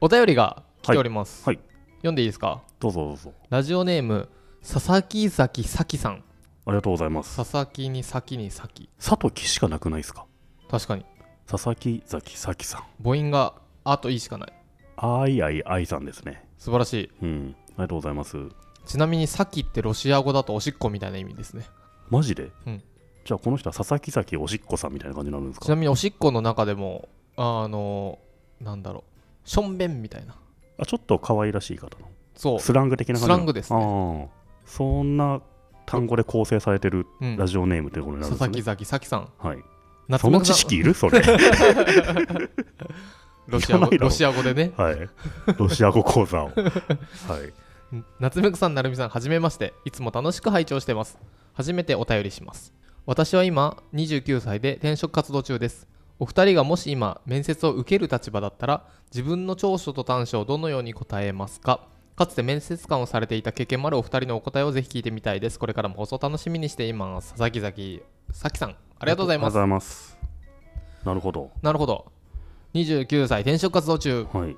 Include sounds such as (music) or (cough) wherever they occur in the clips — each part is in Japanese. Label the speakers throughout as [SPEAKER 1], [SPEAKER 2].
[SPEAKER 1] お便りが来ております、
[SPEAKER 2] はいはい
[SPEAKER 1] 読んでいいですか
[SPEAKER 2] どうぞどうぞ
[SPEAKER 1] ラジオネーム佐々木崎咲さん
[SPEAKER 2] ありがとうございます
[SPEAKER 1] 佐々木に咲に咲
[SPEAKER 2] 佐藤木しかなくないですか
[SPEAKER 1] 確かに
[SPEAKER 2] 佐々木崎咲さん
[SPEAKER 1] 母音があといいしかない
[SPEAKER 2] あいあいあいさんですね
[SPEAKER 1] 素晴らしい
[SPEAKER 2] うんありがとうございます
[SPEAKER 1] ちなみに咲ってロシア語だとおしっこみたいな意味ですね
[SPEAKER 2] マジで、
[SPEAKER 1] うん
[SPEAKER 2] じゃあこの人は佐々木崎おしっこさんみたいな感じになるんです
[SPEAKER 1] ちな
[SPEAKER 2] か
[SPEAKER 1] みにおしっこの中でもあのなんだろうしょんべんみたいな
[SPEAKER 2] あちょっと可愛らしい方の
[SPEAKER 1] そう
[SPEAKER 2] スラング的な感じ
[SPEAKER 1] スラングですね
[SPEAKER 2] あーそんな単語で構成されてる
[SPEAKER 1] うん
[SPEAKER 2] ラジオネームということになるん
[SPEAKER 1] 佐
[SPEAKER 2] です
[SPEAKER 1] 々
[SPEAKER 2] ね
[SPEAKER 1] 木、崎咲さん
[SPEAKER 2] はい、
[SPEAKER 1] 夏
[SPEAKER 2] そ
[SPEAKER 1] 目
[SPEAKER 2] の
[SPEAKER 1] さん
[SPEAKER 2] 知識い
[SPEAKER 1] (laughs)
[SPEAKER 2] るそれ
[SPEAKER 1] ロシア
[SPEAKER 2] いら
[SPEAKER 1] 語
[SPEAKER 2] ないだろ
[SPEAKER 1] ロシア語でね
[SPEAKER 2] はいロシア語講座をはい
[SPEAKER 1] 夏目くさん、なるみさん、はじめまして。いつも楽しく拝聴してます。初めてお便りします。私は今、29歳で転職活動中です。お二人がもし今、面接を受ける立場だったら、自分の長所と短所をどのように答えますかかつて面接官をされていた経験もあるお二人のお答えをぜひ聞いてみたいです。これからも放送楽しみにしています。佐々木崎、さきさん、ありがとうございます。
[SPEAKER 2] ありがとうございますなるほど
[SPEAKER 1] なるほど。29歳、転職活動中。
[SPEAKER 2] はい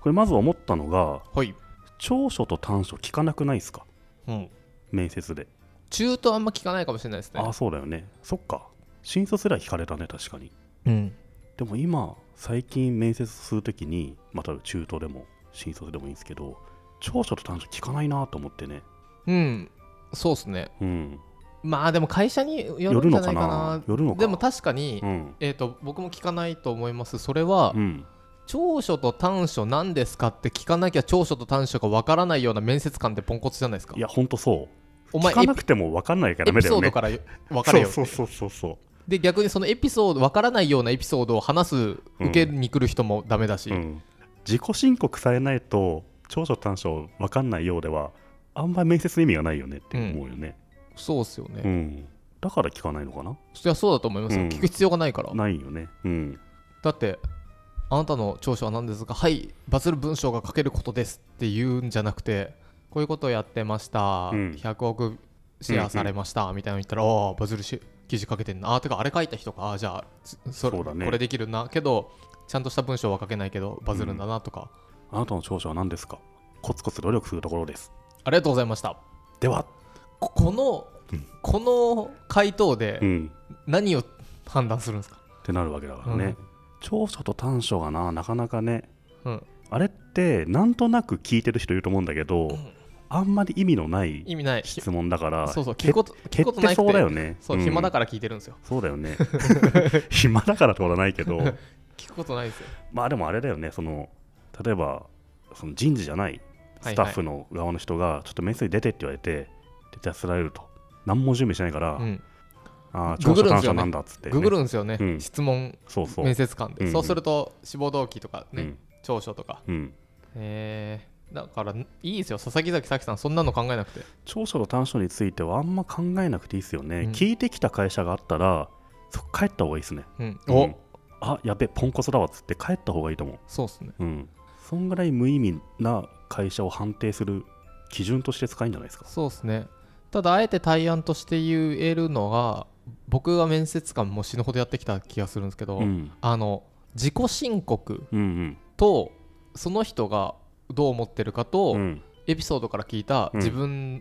[SPEAKER 2] これまず思ったのが
[SPEAKER 1] はい。
[SPEAKER 2] 長所と短所聞かなくないですか
[SPEAKER 1] うん。
[SPEAKER 2] 面接で、
[SPEAKER 1] 中途あんま聞かないかもしれないですね。
[SPEAKER 2] ああそうだよねそっか新卒すら聞かれたね確かに
[SPEAKER 1] うん。
[SPEAKER 2] でも今最近面接するときにまた中途でも新卒でもいいんですけど長所と短所聞かないなと思ってね
[SPEAKER 1] うん。そうっすね。
[SPEAKER 2] うん
[SPEAKER 1] まあでも会社によ
[SPEAKER 2] よ
[SPEAKER 1] る
[SPEAKER 2] る
[SPEAKER 1] んじゃな
[SPEAKER 2] のか
[SPEAKER 1] いかな
[SPEAKER 2] なよるのか
[SPEAKER 1] でも確かに、
[SPEAKER 2] うん
[SPEAKER 1] えー、と僕も聞かないと思いますそれは、
[SPEAKER 2] うん
[SPEAKER 1] 長所と短所何ですかって聞かなきゃ長所と短所がわからないような面接官ってポンコツじゃないですか
[SPEAKER 2] いやほんとそう
[SPEAKER 1] お前
[SPEAKER 2] 聞かなくても分かんないから
[SPEAKER 1] エ
[SPEAKER 2] ダメ
[SPEAKER 1] ピ
[SPEAKER 2] だ
[SPEAKER 1] ソ
[SPEAKER 2] よ
[SPEAKER 1] ード
[SPEAKER 2] ね
[SPEAKER 1] から分かれよ
[SPEAKER 2] そうそうそうそうそ
[SPEAKER 1] で逆にそのエピソードわからないようなエピソードを話す受けに来る人もダメだし、
[SPEAKER 2] う、うん、自己申告されないと長所短所分かんないようではあんまり面接の意味がないよねって思うよね、
[SPEAKER 1] そうっすよね、
[SPEAKER 2] うんだから聞かないのかな
[SPEAKER 1] そりゃそうだと思いますよ、
[SPEAKER 2] うん
[SPEAKER 1] 聞く必要がないから
[SPEAKER 2] ないよねうん
[SPEAKER 1] だってあなたの長所は何ですかはいバズる文章が書けることですって言うんじゃなくてこういうことをやってました、
[SPEAKER 2] うん
[SPEAKER 1] 100億シェアされました、みたいなの言ったらああバズるし記事書けてんなあーてかあれ書いた人かあーじゃあそ
[SPEAKER 2] そうだね
[SPEAKER 1] これできるなけどちゃんとした文章は書けないけどバズるんだなとか、
[SPEAKER 2] あなたの長所は何ですかコツコツ努力するところです
[SPEAKER 1] ありがとうございました
[SPEAKER 2] では
[SPEAKER 1] ここの、この回答で
[SPEAKER 2] うん
[SPEAKER 1] 何を判断するんですか、
[SPEAKER 2] ってなるわけだからね、
[SPEAKER 1] うん
[SPEAKER 2] 長所と短所がななかなかね
[SPEAKER 1] うん、
[SPEAKER 2] あれってなんとなく聞いてる人いると思うんだけど、あんまり意味のない
[SPEAKER 1] 意味ないひ
[SPEAKER 2] 質問だから
[SPEAKER 1] そうそう
[SPEAKER 2] け
[SPEAKER 1] 聞くこと聞く
[SPEAKER 2] 蹴
[SPEAKER 1] こ
[SPEAKER 2] っ
[SPEAKER 1] とな
[SPEAKER 2] て
[SPEAKER 1] いく
[SPEAKER 2] そうだ
[SPEAKER 1] て
[SPEAKER 2] よね
[SPEAKER 1] そう、
[SPEAKER 2] ん
[SPEAKER 1] 暇だから聞いてるんですよ
[SPEAKER 2] そうだよね (laughs) 暇だからってことはない
[SPEAKER 1] (laughs)
[SPEAKER 2] けど
[SPEAKER 1] 聞くことないですよ
[SPEAKER 2] まあでもあれだよねその例えばその人事じゃないスタッフの側の人がちょっと面接に出てって言われて出てさせられると何も準備しないから、
[SPEAKER 1] うん
[SPEAKER 2] ああ
[SPEAKER 1] グ
[SPEAKER 2] 長
[SPEAKER 1] グ
[SPEAKER 2] 所
[SPEAKER 1] るんで
[SPEAKER 2] 短
[SPEAKER 1] すよ
[SPEAKER 2] 所
[SPEAKER 1] ね
[SPEAKER 2] なんだっつってね、
[SPEAKER 1] ググるんですよね、
[SPEAKER 2] うん
[SPEAKER 1] 質問
[SPEAKER 2] そうそう、
[SPEAKER 1] 面接官で、
[SPEAKER 2] うん
[SPEAKER 1] そうすると志望動機とか
[SPEAKER 2] う
[SPEAKER 1] ね、
[SPEAKER 2] ん
[SPEAKER 1] 長所とか
[SPEAKER 2] うん、
[SPEAKER 1] えー、だからいいですよ佐々木崎咲さんそんなの考えなくて
[SPEAKER 2] 長所と短所についてはあんま考えなくていいですよね、
[SPEAKER 1] うん
[SPEAKER 2] 聞いてきた会社があったらそ帰った方がいいですね、
[SPEAKER 1] うん
[SPEAKER 2] うん
[SPEAKER 1] お、
[SPEAKER 2] あやべポンコツだわっつって帰った方がいいと思
[SPEAKER 1] そうっすね
[SPEAKER 2] ううんそんぐらい無意味な会社を判定する基準として使えるんじゃないですか
[SPEAKER 1] そうっすねただあえて対案として言えるのが僕が面接官も死ぬほどやってきた気がするんですけど、
[SPEAKER 2] うん
[SPEAKER 1] あの自己申告
[SPEAKER 2] うん
[SPEAKER 1] とその人がどう思ってるかと、
[SPEAKER 2] うんうん
[SPEAKER 1] エピソードから聞いた
[SPEAKER 2] うん
[SPEAKER 1] 自分、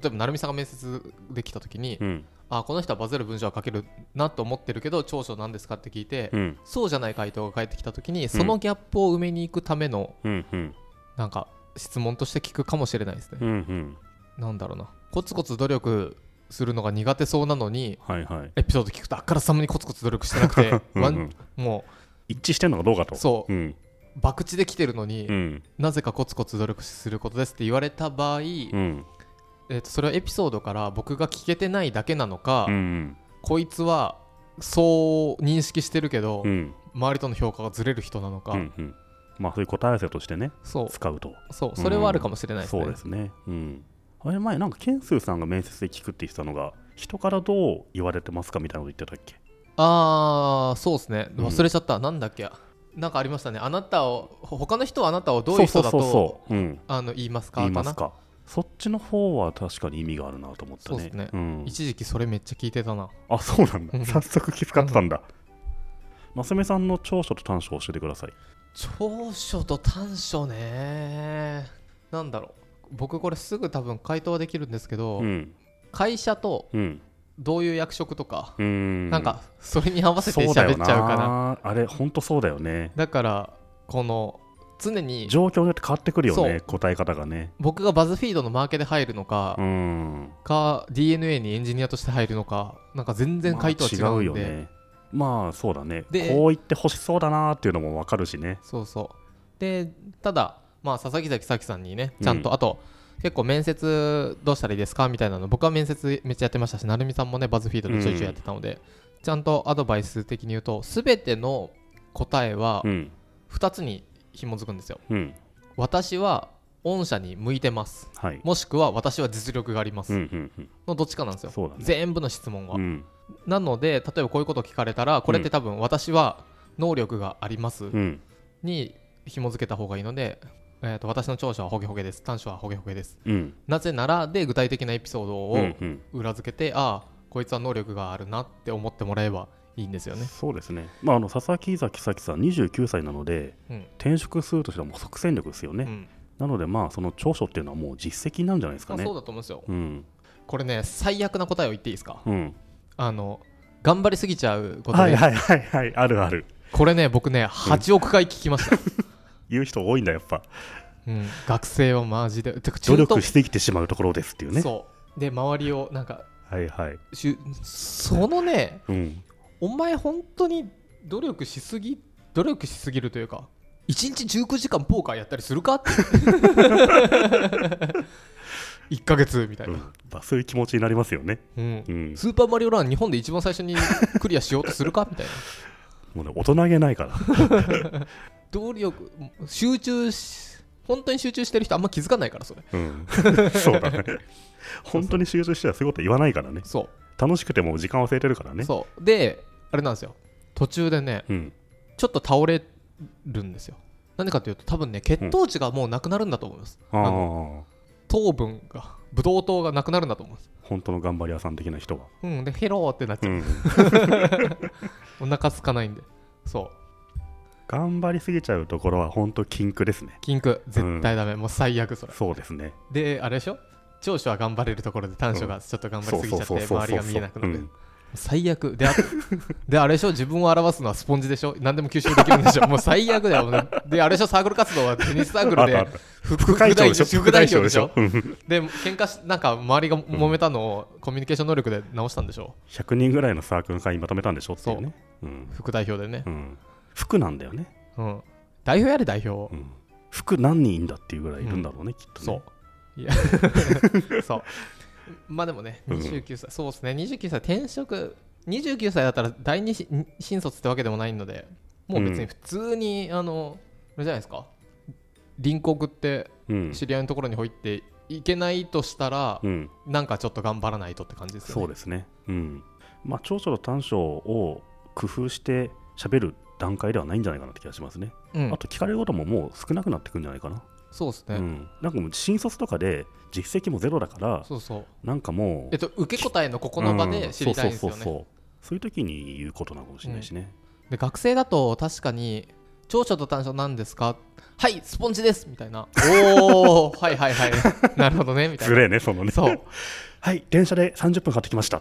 [SPEAKER 1] 例えば成美さんが面接できた時に、
[SPEAKER 2] うん
[SPEAKER 1] あこの人はバズる文章は書けるなと思ってるけど長所なんですかって聞いて、
[SPEAKER 2] うん
[SPEAKER 1] そうじゃない回答が返ってきた時にそのギャップを埋めに行くための
[SPEAKER 2] うんうん
[SPEAKER 1] なんか質問として聞くかもしれないですね、
[SPEAKER 2] うんうん
[SPEAKER 1] なんだろうなコツコツ努力するのが苦手そうなのに
[SPEAKER 2] はいはい
[SPEAKER 1] エピソード聞くとあからさまにコツコツ努力してなくて
[SPEAKER 2] (laughs) うん
[SPEAKER 1] わ
[SPEAKER 2] うん
[SPEAKER 1] んも
[SPEAKER 2] 一致してんのかどうかと
[SPEAKER 1] うそう、
[SPEAKER 2] うん
[SPEAKER 1] 博打で来てるのに、
[SPEAKER 2] うん
[SPEAKER 1] なぜかコツコツ努力することですって言われた場合、
[SPEAKER 2] うん
[SPEAKER 1] えー、とそれはエピソードから僕が聞けてないだけなのか、
[SPEAKER 2] うん
[SPEAKER 1] こいつはそう認識してるけど、
[SPEAKER 2] うん
[SPEAKER 1] 周りとの評価がずれる人なのか、
[SPEAKER 2] うんうんまあそういう答え合わせとしてね
[SPEAKER 1] そう
[SPEAKER 2] 使うと
[SPEAKER 1] そうそれはあるかもしれないですね、
[SPEAKER 2] そうですね。うん。あれ前なんかケンスーさんが面接で聞くって言ってたのが人からどう言われてますかみたいなこと言ってたっけ
[SPEAKER 1] ああそうですね
[SPEAKER 2] うん
[SPEAKER 1] 忘れちゃった、なんだっけなんかありましたねあなたをほ他の人はあなたをどういう人だ
[SPEAKER 2] そうそう
[SPEAKER 1] と
[SPEAKER 2] そうそう、うん、
[SPEAKER 1] あの言いますか
[SPEAKER 2] 言い
[SPEAKER 1] か
[SPEAKER 2] ます
[SPEAKER 1] な
[SPEAKER 2] かそっちの方は確かに意味があるなと思ったね
[SPEAKER 1] そうですね
[SPEAKER 2] ん、
[SPEAKER 1] 一時期それめっちゃ聞いてたな
[SPEAKER 2] あそうなん
[SPEAKER 1] うん
[SPEAKER 2] だ早速気遣ってたんだますみさんの長所と短所を教えてください
[SPEAKER 1] 長所と短所ねなんだろう僕これすぐ多分回答はできるんですけど、
[SPEAKER 2] うん
[SPEAKER 1] 会社と
[SPEAKER 2] うん
[SPEAKER 1] どういう役職とか、
[SPEAKER 2] うん
[SPEAKER 1] なんかそれに合わせて喋っちゃうか
[SPEAKER 2] そ
[SPEAKER 1] なだ
[SPEAKER 2] だよあれ本当そうだよね
[SPEAKER 1] からこの常に
[SPEAKER 2] 状況によって変わってくるよね
[SPEAKER 1] そ
[SPEAKER 2] 答え方がね
[SPEAKER 1] 僕がバズフィードのマーケで入るのか、
[SPEAKER 2] うん
[SPEAKER 1] か DNA にエンジニアとして入るのかなんか全然回答は違
[SPEAKER 2] まあ
[SPEAKER 1] うんで、
[SPEAKER 2] よねまあそうだねこう
[SPEAKER 1] で
[SPEAKER 2] 言ってほしそうだなっていうのもわかるしね
[SPEAKER 1] そうそうでただまあ佐々木崎咲さんにねちゃんと、
[SPEAKER 2] う
[SPEAKER 1] あと結構面接どうしたらいいですかみたいなの僕は面接めっちゃやってましたし成美さんもねバズフィードでちょいちょいやってたので、ちゃんとアドバイス的に言うと全ての答えは
[SPEAKER 2] うん
[SPEAKER 1] 2つに紐づくんですよ、
[SPEAKER 2] うん
[SPEAKER 1] 私は御社に向いてます
[SPEAKER 2] はい
[SPEAKER 1] もしくは私は実力があります、
[SPEAKER 2] うんうんうん
[SPEAKER 1] のどっちかなんですよ
[SPEAKER 2] そうだね
[SPEAKER 1] 全部の質問は、
[SPEAKER 2] うん
[SPEAKER 1] なので例えばこういうこと聞かれたらこれって多分私は能力があります、
[SPEAKER 2] うん
[SPEAKER 1] に紐付けた方がいいので、えー、と私の長所はホゲホゲです短所はホゲホゲです
[SPEAKER 2] うん
[SPEAKER 1] なぜならで具体的なエピソード
[SPEAKER 2] う
[SPEAKER 1] を
[SPEAKER 2] んうん
[SPEAKER 1] 裏付けて、ああこいつは能力があるなって思ってもらえばいいんですよね
[SPEAKER 2] そうですね、まあ、あの佐々木崎咲さん、29歳なので、
[SPEAKER 1] うん
[SPEAKER 2] 転職するとしてはもう即戦力ですよね、
[SPEAKER 1] うん
[SPEAKER 2] なので、まあ、その長所っていうのはもう実績なんじゃないです
[SPEAKER 1] ま
[SPEAKER 2] か
[SPEAKER 1] あ、
[SPEAKER 2] ね。
[SPEAKER 1] そうだと思うんですよ
[SPEAKER 2] うん
[SPEAKER 1] これね最悪な答えを言っていいですか
[SPEAKER 2] うん、
[SPEAKER 1] あの頑張りすぎちゃうことで、
[SPEAKER 2] はいはいはいはい、あるある、
[SPEAKER 1] これね僕ね8億回聞きました、
[SPEAKER 2] 言う人多いんだ、やっぱ、
[SPEAKER 1] うん、学生はマジでてか
[SPEAKER 2] 努
[SPEAKER 1] 中途
[SPEAKER 2] 力してきてしまうところですっていうね、
[SPEAKER 1] そうで周りをなんか
[SPEAKER 2] はいはい、
[SPEAKER 1] しゅそのね
[SPEAKER 2] うん、
[SPEAKER 1] お前本当に努力しすぎ努力しすぎるというか1日19時間ポーカーやったりするかって1ヶ月みたいうな、
[SPEAKER 2] んまあ、そういう気持ちになりますよね、
[SPEAKER 1] うん
[SPEAKER 2] うん、
[SPEAKER 1] スーパーマリオラン日本で一番最初にクリアしようとするかみたいな
[SPEAKER 2] もうね、大人げないから、
[SPEAKER 1] 努力集中し本当に集中してる人あんま気づかないからそれ
[SPEAKER 2] うん、 (laughs) そうだね、本当に集中してはそういうこと言わないからね、
[SPEAKER 1] そ
[SPEAKER 2] 楽しくても時間忘れてるから
[SPEAKER 1] う,、
[SPEAKER 2] ね。
[SPEAKER 1] そうであれなんですよ途中でね
[SPEAKER 2] うん、
[SPEAKER 1] ちょっと倒れるんですよなんでかというと多分ね血糖値がもうなくなるんだと思います、
[SPEAKER 2] あ
[SPEAKER 1] あの
[SPEAKER 2] あ
[SPEAKER 1] 糖分がブドウ糖がなくなるんだと思います
[SPEAKER 2] 本当の頑張り屋さん的な人は。
[SPEAKER 1] うん、で、ヘローってなっちゃ
[SPEAKER 2] うん
[SPEAKER 1] う。お腹空かないんで。そ
[SPEAKER 2] 頑張りすぎちゃうところは本当禁句ですね
[SPEAKER 1] う。。禁句、絶対ダメ。もう最悪それ。
[SPEAKER 2] そうですね。
[SPEAKER 1] で、あれでしょ長所は頑張れるところで短所がちょっと頑張りすぎちゃって、周りが見えなくな
[SPEAKER 2] う
[SPEAKER 1] る
[SPEAKER 2] ん。
[SPEAKER 1] 最悪。で、あ (laughs) とで、あれでしょ自分を表すのはスポンジでしょ何でも吸収できるんでしょ
[SPEAKER 2] (laughs)
[SPEAKER 1] もう最悪だよ。もうで、あれでしょサークル活動はテニスサークル
[SPEAKER 2] あ
[SPEAKER 1] で
[SPEAKER 2] ったあった
[SPEAKER 1] 副
[SPEAKER 2] 副会長でしょ
[SPEAKER 1] 副代表でしょ
[SPEAKER 2] 副代表でしょうん
[SPEAKER 1] で、喧嘩し、なんか周りが揉めたのをコミュニケーション能力で直したんでしょ
[SPEAKER 2] 100人ぐらいのサークルの会員まとめたんでしょっていうね。うん
[SPEAKER 1] 副代表でね
[SPEAKER 2] う。ん服なんだよね。
[SPEAKER 1] うん。代表やれ、代表。
[SPEAKER 2] うん服何人いんだっていうぐらいいるんだろうね、きっとね。
[SPEAKER 1] そう。い
[SPEAKER 2] (laughs)
[SPEAKER 1] や、そう。まあでもね、
[SPEAKER 2] うん
[SPEAKER 1] 29歳、そうですね、29歳、転職、29歳だったら第二し新卒ってわけでもないので、もう別に普通に、あの、あれじゃないですか、隣国って
[SPEAKER 2] うん。
[SPEAKER 1] 知り合いのところに入っていけないとしたら、
[SPEAKER 2] うん。
[SPEAKER 1] なんかちょっと頑張らないとって感じですよね。
[SPEAKER 2] そうですね。うん。まあ、長所と短所を工夫して喋る段階ではないんじゃないかなって気がしますね。
[SPEAKER 1] うん
[SPEAKER 2] あと、聞かれることももう少なくなってくるんじゃないかな。
[SPEAKER 1] そうです
[SPEAKER 2] う
[SPEAKER 1] ね。
[SPEAKER 2] ん。なんかもう新卒とかで実績もゼロだから、
[SPEAKER 1] そうそう。
[SPEAKER 2] なんかもう
[SPEAKER 1] えっと、受け答えのここの場で知りたいんですよ
[SPEAKER 2] うんそうそうそう
[SPEAKER 1] ね。
[SPEAKER 2] そうそういう時に言うことなのかもしれないしね、
[SPEAKER 1] で、学生だと確かに、長所と短所なんですかはい、スポンジですみたいな。おお、はいはい
[SPEAKER 2] (laughs)
[SPEAKER 1] はい。なるほどね、みたい
[SPEAKER 2] ず
[SPEAKER 1] な。
[SPEAKER 2] れえねそのね
[SPEAKER 1] そう。
[SPEAKER 2] はい電車で30分買ってきました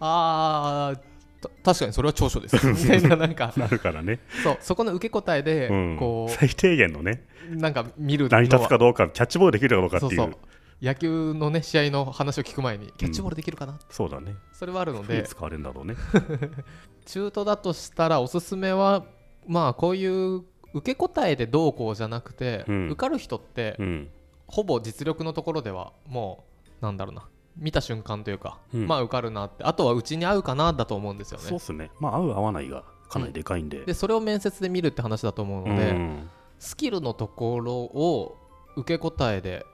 [SPEAKER 1] あー、た確かにそれは長所です。みたいな、なんか、
[SPEAKER 2] なるからね、
[SPEAKER 1] そう、そこの受け答えで
[SPEAKER 2] う、ん、
[SPEAKER 1] こ
[SPEAKER 2] 最低限のね
[SPEAKER 1] う、なんか見るの
[SPEAKER 2] 成り立つ
[SPEAKER 1] は
[SPEAKER 2] か、どうかキャッチボールできるかどうかって
[SPEAKER 1] そ
[SPEAKER 2] いうう
[SPEAKER 1] そ
[SPEAKER 2] そう
[SPEAKER 1] う。野球のね、試合の話を聞く前に、キャッチボールできるかな、
[SPEAKER 2] だね
[SPEAKER 1] それはあるの
[SPEAKER 2] い
[SPEAKER 1] で、
[SPEAKER 2] つ使われるんだろうね
[SPEAKER 1] 中途だとしたらおすすめはまあこういう受け答えでどうこうじゃなくて、
[SPEAKER 2] うん
[SPEAKER 1] 受かる人って、
[SPEAKER 2] うん
[SPEAKER 1] ほぼ実力のところではもうなんだろうな見た瞬間というか、
[SPEAKER 2] うん
[SPEAKER 1] まあ受かるなってあとはうちに合うかなだと思うんですよ
[SPEAKER 2] そう
[SPEAKER 1] ね
[SPEAKER 2] っすねまあ合う合わないがかなりでかいんで,、
[SPEAKER 1] でそれを面接で見るって話だと思う
[SPEAKER 2] う
[SPEAKER 1] ので、
[SPEAKER 2] ん
[SPEAKER 1] スキルのところを受け答えで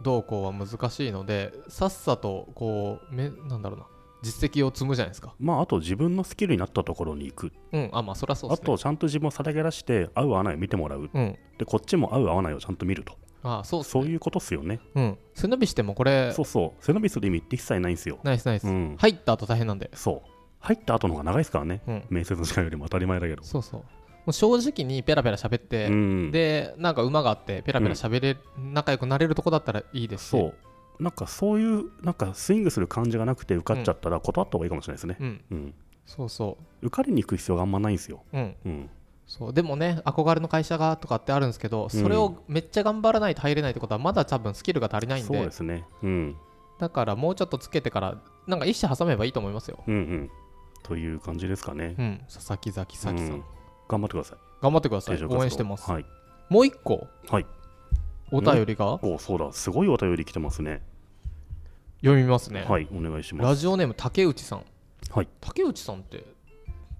[SPEAKER 1] どうこうは難しいのでさっさとこうめなんだろうな実績を積むじゃないですか
[SPEAKER 2] まああと自分のスキルになったところに行く、
[SPEAKER 1] うんあまあそりゃそうで
[SPEAKER 2] あ
[SPEAKER 1] すね
[SPEAKER 2] とちゃんと自分をさらけ出して合う合わないを見てもらう
[SPEAKER 1] うん
[SPEAKER 2] でこっちも合う合わないをちゃんと見ると
[SPEAKER 1] あそうっす
[SPEAKER 2] そう
[SPEAKER 1] ね
[SPEAKER 2] いうことっすよね
[SPEAKER 1] うん背伸びしてもこれ
[SPEAKER 2] そうそう背伸びする意味って一切ないんですよ、
[SPEAKER 1] ナイスナイス、
[SPEAKER 2] うん、
[SPEAKER 1] 入った後大変なんで
[SPEAKER 2] そう入った後の方が長いですからね
[SPEAKER 1] うん
[SPEAKER 2] 面接の時間よりも当たり前だけど
[SPEAKER 1] そうそうう正直にペラペラ喋って、
[SPEAKER 2] うん、
[SPEAKER 1] でなんか馬があってペラペラ喋れ、仲良くなれるとこだったらいいですし
[SPEAKER 2] そうなんかそういうなんかスイングする感じがなくて受かっちゃったら断った方がいいかもしれないですね、
[SPEAKER 1] うん、
[SPEAKER 2] うん、
[SPEAKER 1] そうそ
[SPEAKER 2] 受かりに行く必要があんまないんですよ、
[SPEAKER 1] ううん
[SPEAKER 2] うん、
[SPEAKER 1] そうでもね憧れの会社がとかってあるんですけどそれをめっちゃ頑張らないと入れないってことはまだ多分スキルが足りないん
[SPEAKER 2] そう
[SPEAKER 1] で
[SPEAKER 2] ですね、うん、
[SPEAKER 1] だからもうちょっとつけてからなんか一社挟めばいいと思いますよ
[SPEAKER 2] うんうんという感じですかね、
[SPEAKER 1] うん佐々木崎咲
[SPEAKER 2] う
[SPEAKER 1] さん、
[SPEAKER 2] ん頑張ってください
[SPEAKER 1] 頑張ってくださ
[SPEAKER 2] 定
[SPEAKER 1] い
[SPEAKER 2] 常活動
[SPEAKER 1] 応援してます、
[SPEAKER 2] はい
[SPEAKER 1] もう一個
[SPEAKER 2] はい
[SPEAKER 1] お便りが
[SPEAKER 2] おそうだすごいお便り来てますね
[SPEAKER 1] 読みますね、
[SPEAKER 2] はいお願いしま
[SPEAKER 1] ラ
[SPEAKER 2] す
[SPEAKER 1] ジオネーム竹内さん
[SPEAKER 2] はい
[SPEAKER 1] 竹内さんって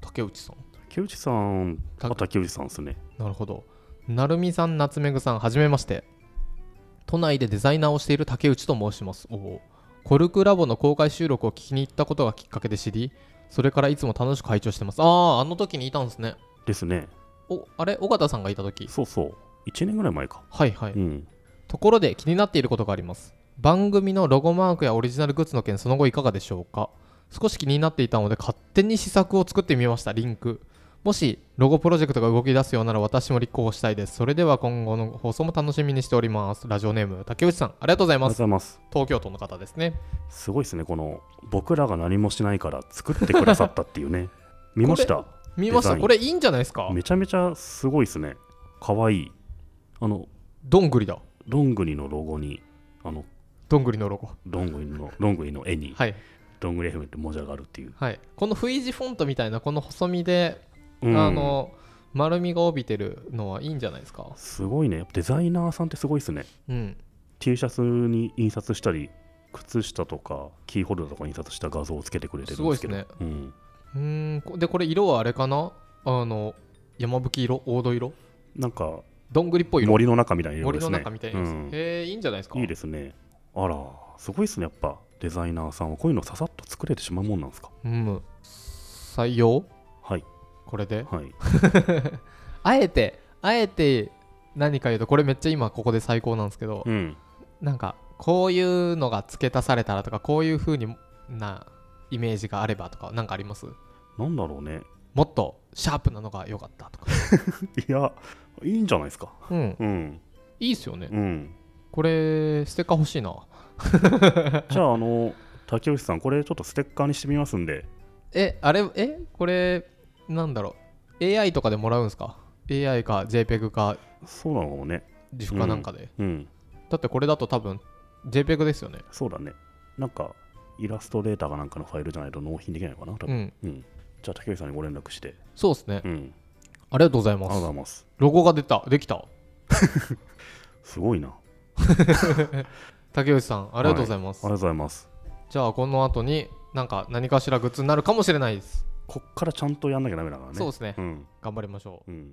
[SPEAKER 1] 竹内さん
[SPEAKER 2] 竹内さん
[SPEAKER 1] た
[SPEAKER 2] あ竹内さんですね
[SPEAKER 1] なるほどなるみさん夏目ぐさんはじめまして都内でデザイナーをしている竹内と申しますおおコルクラボの公開収録を聞きに行ったことがきっかけで知りそれからいつも楽しく拝聴してますあああの時にいたんですね
[SPEAKER 2] ですね
[SPEAKER 1] おあれ尾形さんがいた時
[SPEAKER 2] そうそう1年ぐらい前か
[SPEAKER 1] はいはい
[SPEAKER 2] うん
[SPEAKER 1] ところで気になっていることがあります番組のロゴマークやオリジナルグッズの件その後いかがでしょうか少し気になっていたので勝手に試作を作ってみましたリンクもしロゴプロジェクトが動き出すようなら私も立候補したいですそれでは今後の放送も楽しみにしておりますラジオネーム竹内さんありがとうござい
[SPEAKER 2] ありがとう
[SPEAKER 1] ま
[SPEAKER 2] ご
[SPEAKER 1] す
[SPEAKER 2] ざいます
[SPEAKER 1] 東京都の方ですね
[SPEAKER 2] すごいですねこの僕らが何もしないから作ってくださったってい
[SPEAKER 1] (laughs)
[SPEAKER 2] うね見ました
[SPEAKER 1] 見ました
[SPEAKER 2] デザイン
[SPEAKER 1] これいいんじゃないですか
[SPEAKER 2] めちゃめちゃすごいですねかわいいあの
[SPEAKER 1] どんぐりだ
[SPEAKER 2] どんぐりのロゴにあの
[SPEAKER 1] どんぐりのロゴ
[SPEAKER 2] どんぐりのどんぐりの絵に
[SPEAKER 1] はい
[SPEAKER 2] どんぐり FM って文字があるっていう、
[SPEAKER 1] はいこの不意字フォントみたいなこの細身で、
[SPEAKER 2] うん
[SPEAKER 1] あの丸みが帯びてるのはいいんじゃないですか
[SPEAKER 2] すごいねやっぱデザイナーさんってすごいですね
[SPEAKER 1] うん
[SPEAKER 2] T シャツに印刷したり靴下とかキーホルダーとかに印刷した画像をつけてくれてるんですけど
[SPEAKER 1] すごいで
[SPEAKER 2] うん、
[SPEAKER 1] うーんこでこれ色はあれかなあの山吹色黄土色
[SPEAKER 2] なんか
[SPEAKER 1] どんぐりっぽい色
[SPEAKER 2] 森の中みたいな色
[SPEAKER 1] 森
[SPEAKER 2] ですね
[SPEAKER 1] の中みたいなやつ、
[SPEAKER 2] うん
[SPEAKER 1] へえいいんじゃないですか
[SPEAKER 2] いいですねあらすごいですねやっぱデザイナーさんはこういうのささっと作れてしまうもんなんですか
[SPEAKER 1] うん採用
[SPEAKER 2] はい
[SPEAKER 1] これで
[SPEAKER 2] はい
[SPEAKER 1] あえてあえて何か言うとこれめっちゃ今ここで最高なんですけど、
[SPEAKER 2] うん
[SPEAKER 1] なんかこういうのが付け足されたらとかこういう風になイメージがあればとかなんかあります
[SPEAKER 2] なんだろうね
[SPEAKER 1] もっとシャープなのが良かったとか
[SPEAKER 2] いやいいんじゃないですか
[SPEAKER 1] うん
[SPEAKER 2] うん
[SPEAKER 1] いいっすよね
[SPEAKER 2] うん
[SPEAKER 1] これステッカー欲しいな
[SPEAKER 2] じゃああの竹内さんこれちょっとステッカーにしてみますんで
[SPEAKER 1] えあれえこれなんだろう AI とかでもらうんですか AI か JPEG か
[SPEAKER 2] そうなのかもね
[SPEAKER 1] 自負かなんかで、
[SPEAKER 2] うん
[SPEAKER 1] だってこれだと多分 JPEG ですよね
[SPEAKER 2] そうだね。なんか、イラストレーターかなんかのファイルじゃないと納品できないのかな、多
[SPEAKER 1] う
[SPEAKER 2] 分。
[SPEAKER 1] ん
[SPEAKER 2] うん。じゃあ、竹内さんにご連絡して。
[SPEAKER 1] そうですね、
[SPEAKER 2] うん。
[SPEAKER 1] ありがとうござい
[SPEAKER 2] ありが
[SPEAKER 1] ま
[SPEAKER 2] と
[SPEAKER 1] す
[SPEAKER 2] うございます。
[SPEAKER 1] ロゴが出たできた
[SPEAKER 2] すごいな。あ
[SPEAKER 1] 竹内さんありがとうございま
[SPEAKER 2] り
[SPEAKER 1] す、
[SPEAKER 2] がとうございます。
[SPEAKER 1] じゃあこの後になんか何かしらグッズになるかもしれないです、
[SPEAKER 2] こっからちゃんとやんなきゃダメだからね。
[SPEAKER 1] そうですね
[SPEAKER 2] うん。
[SPEAKER 1] 頑張りましょう
[SPEAKER 2] うん。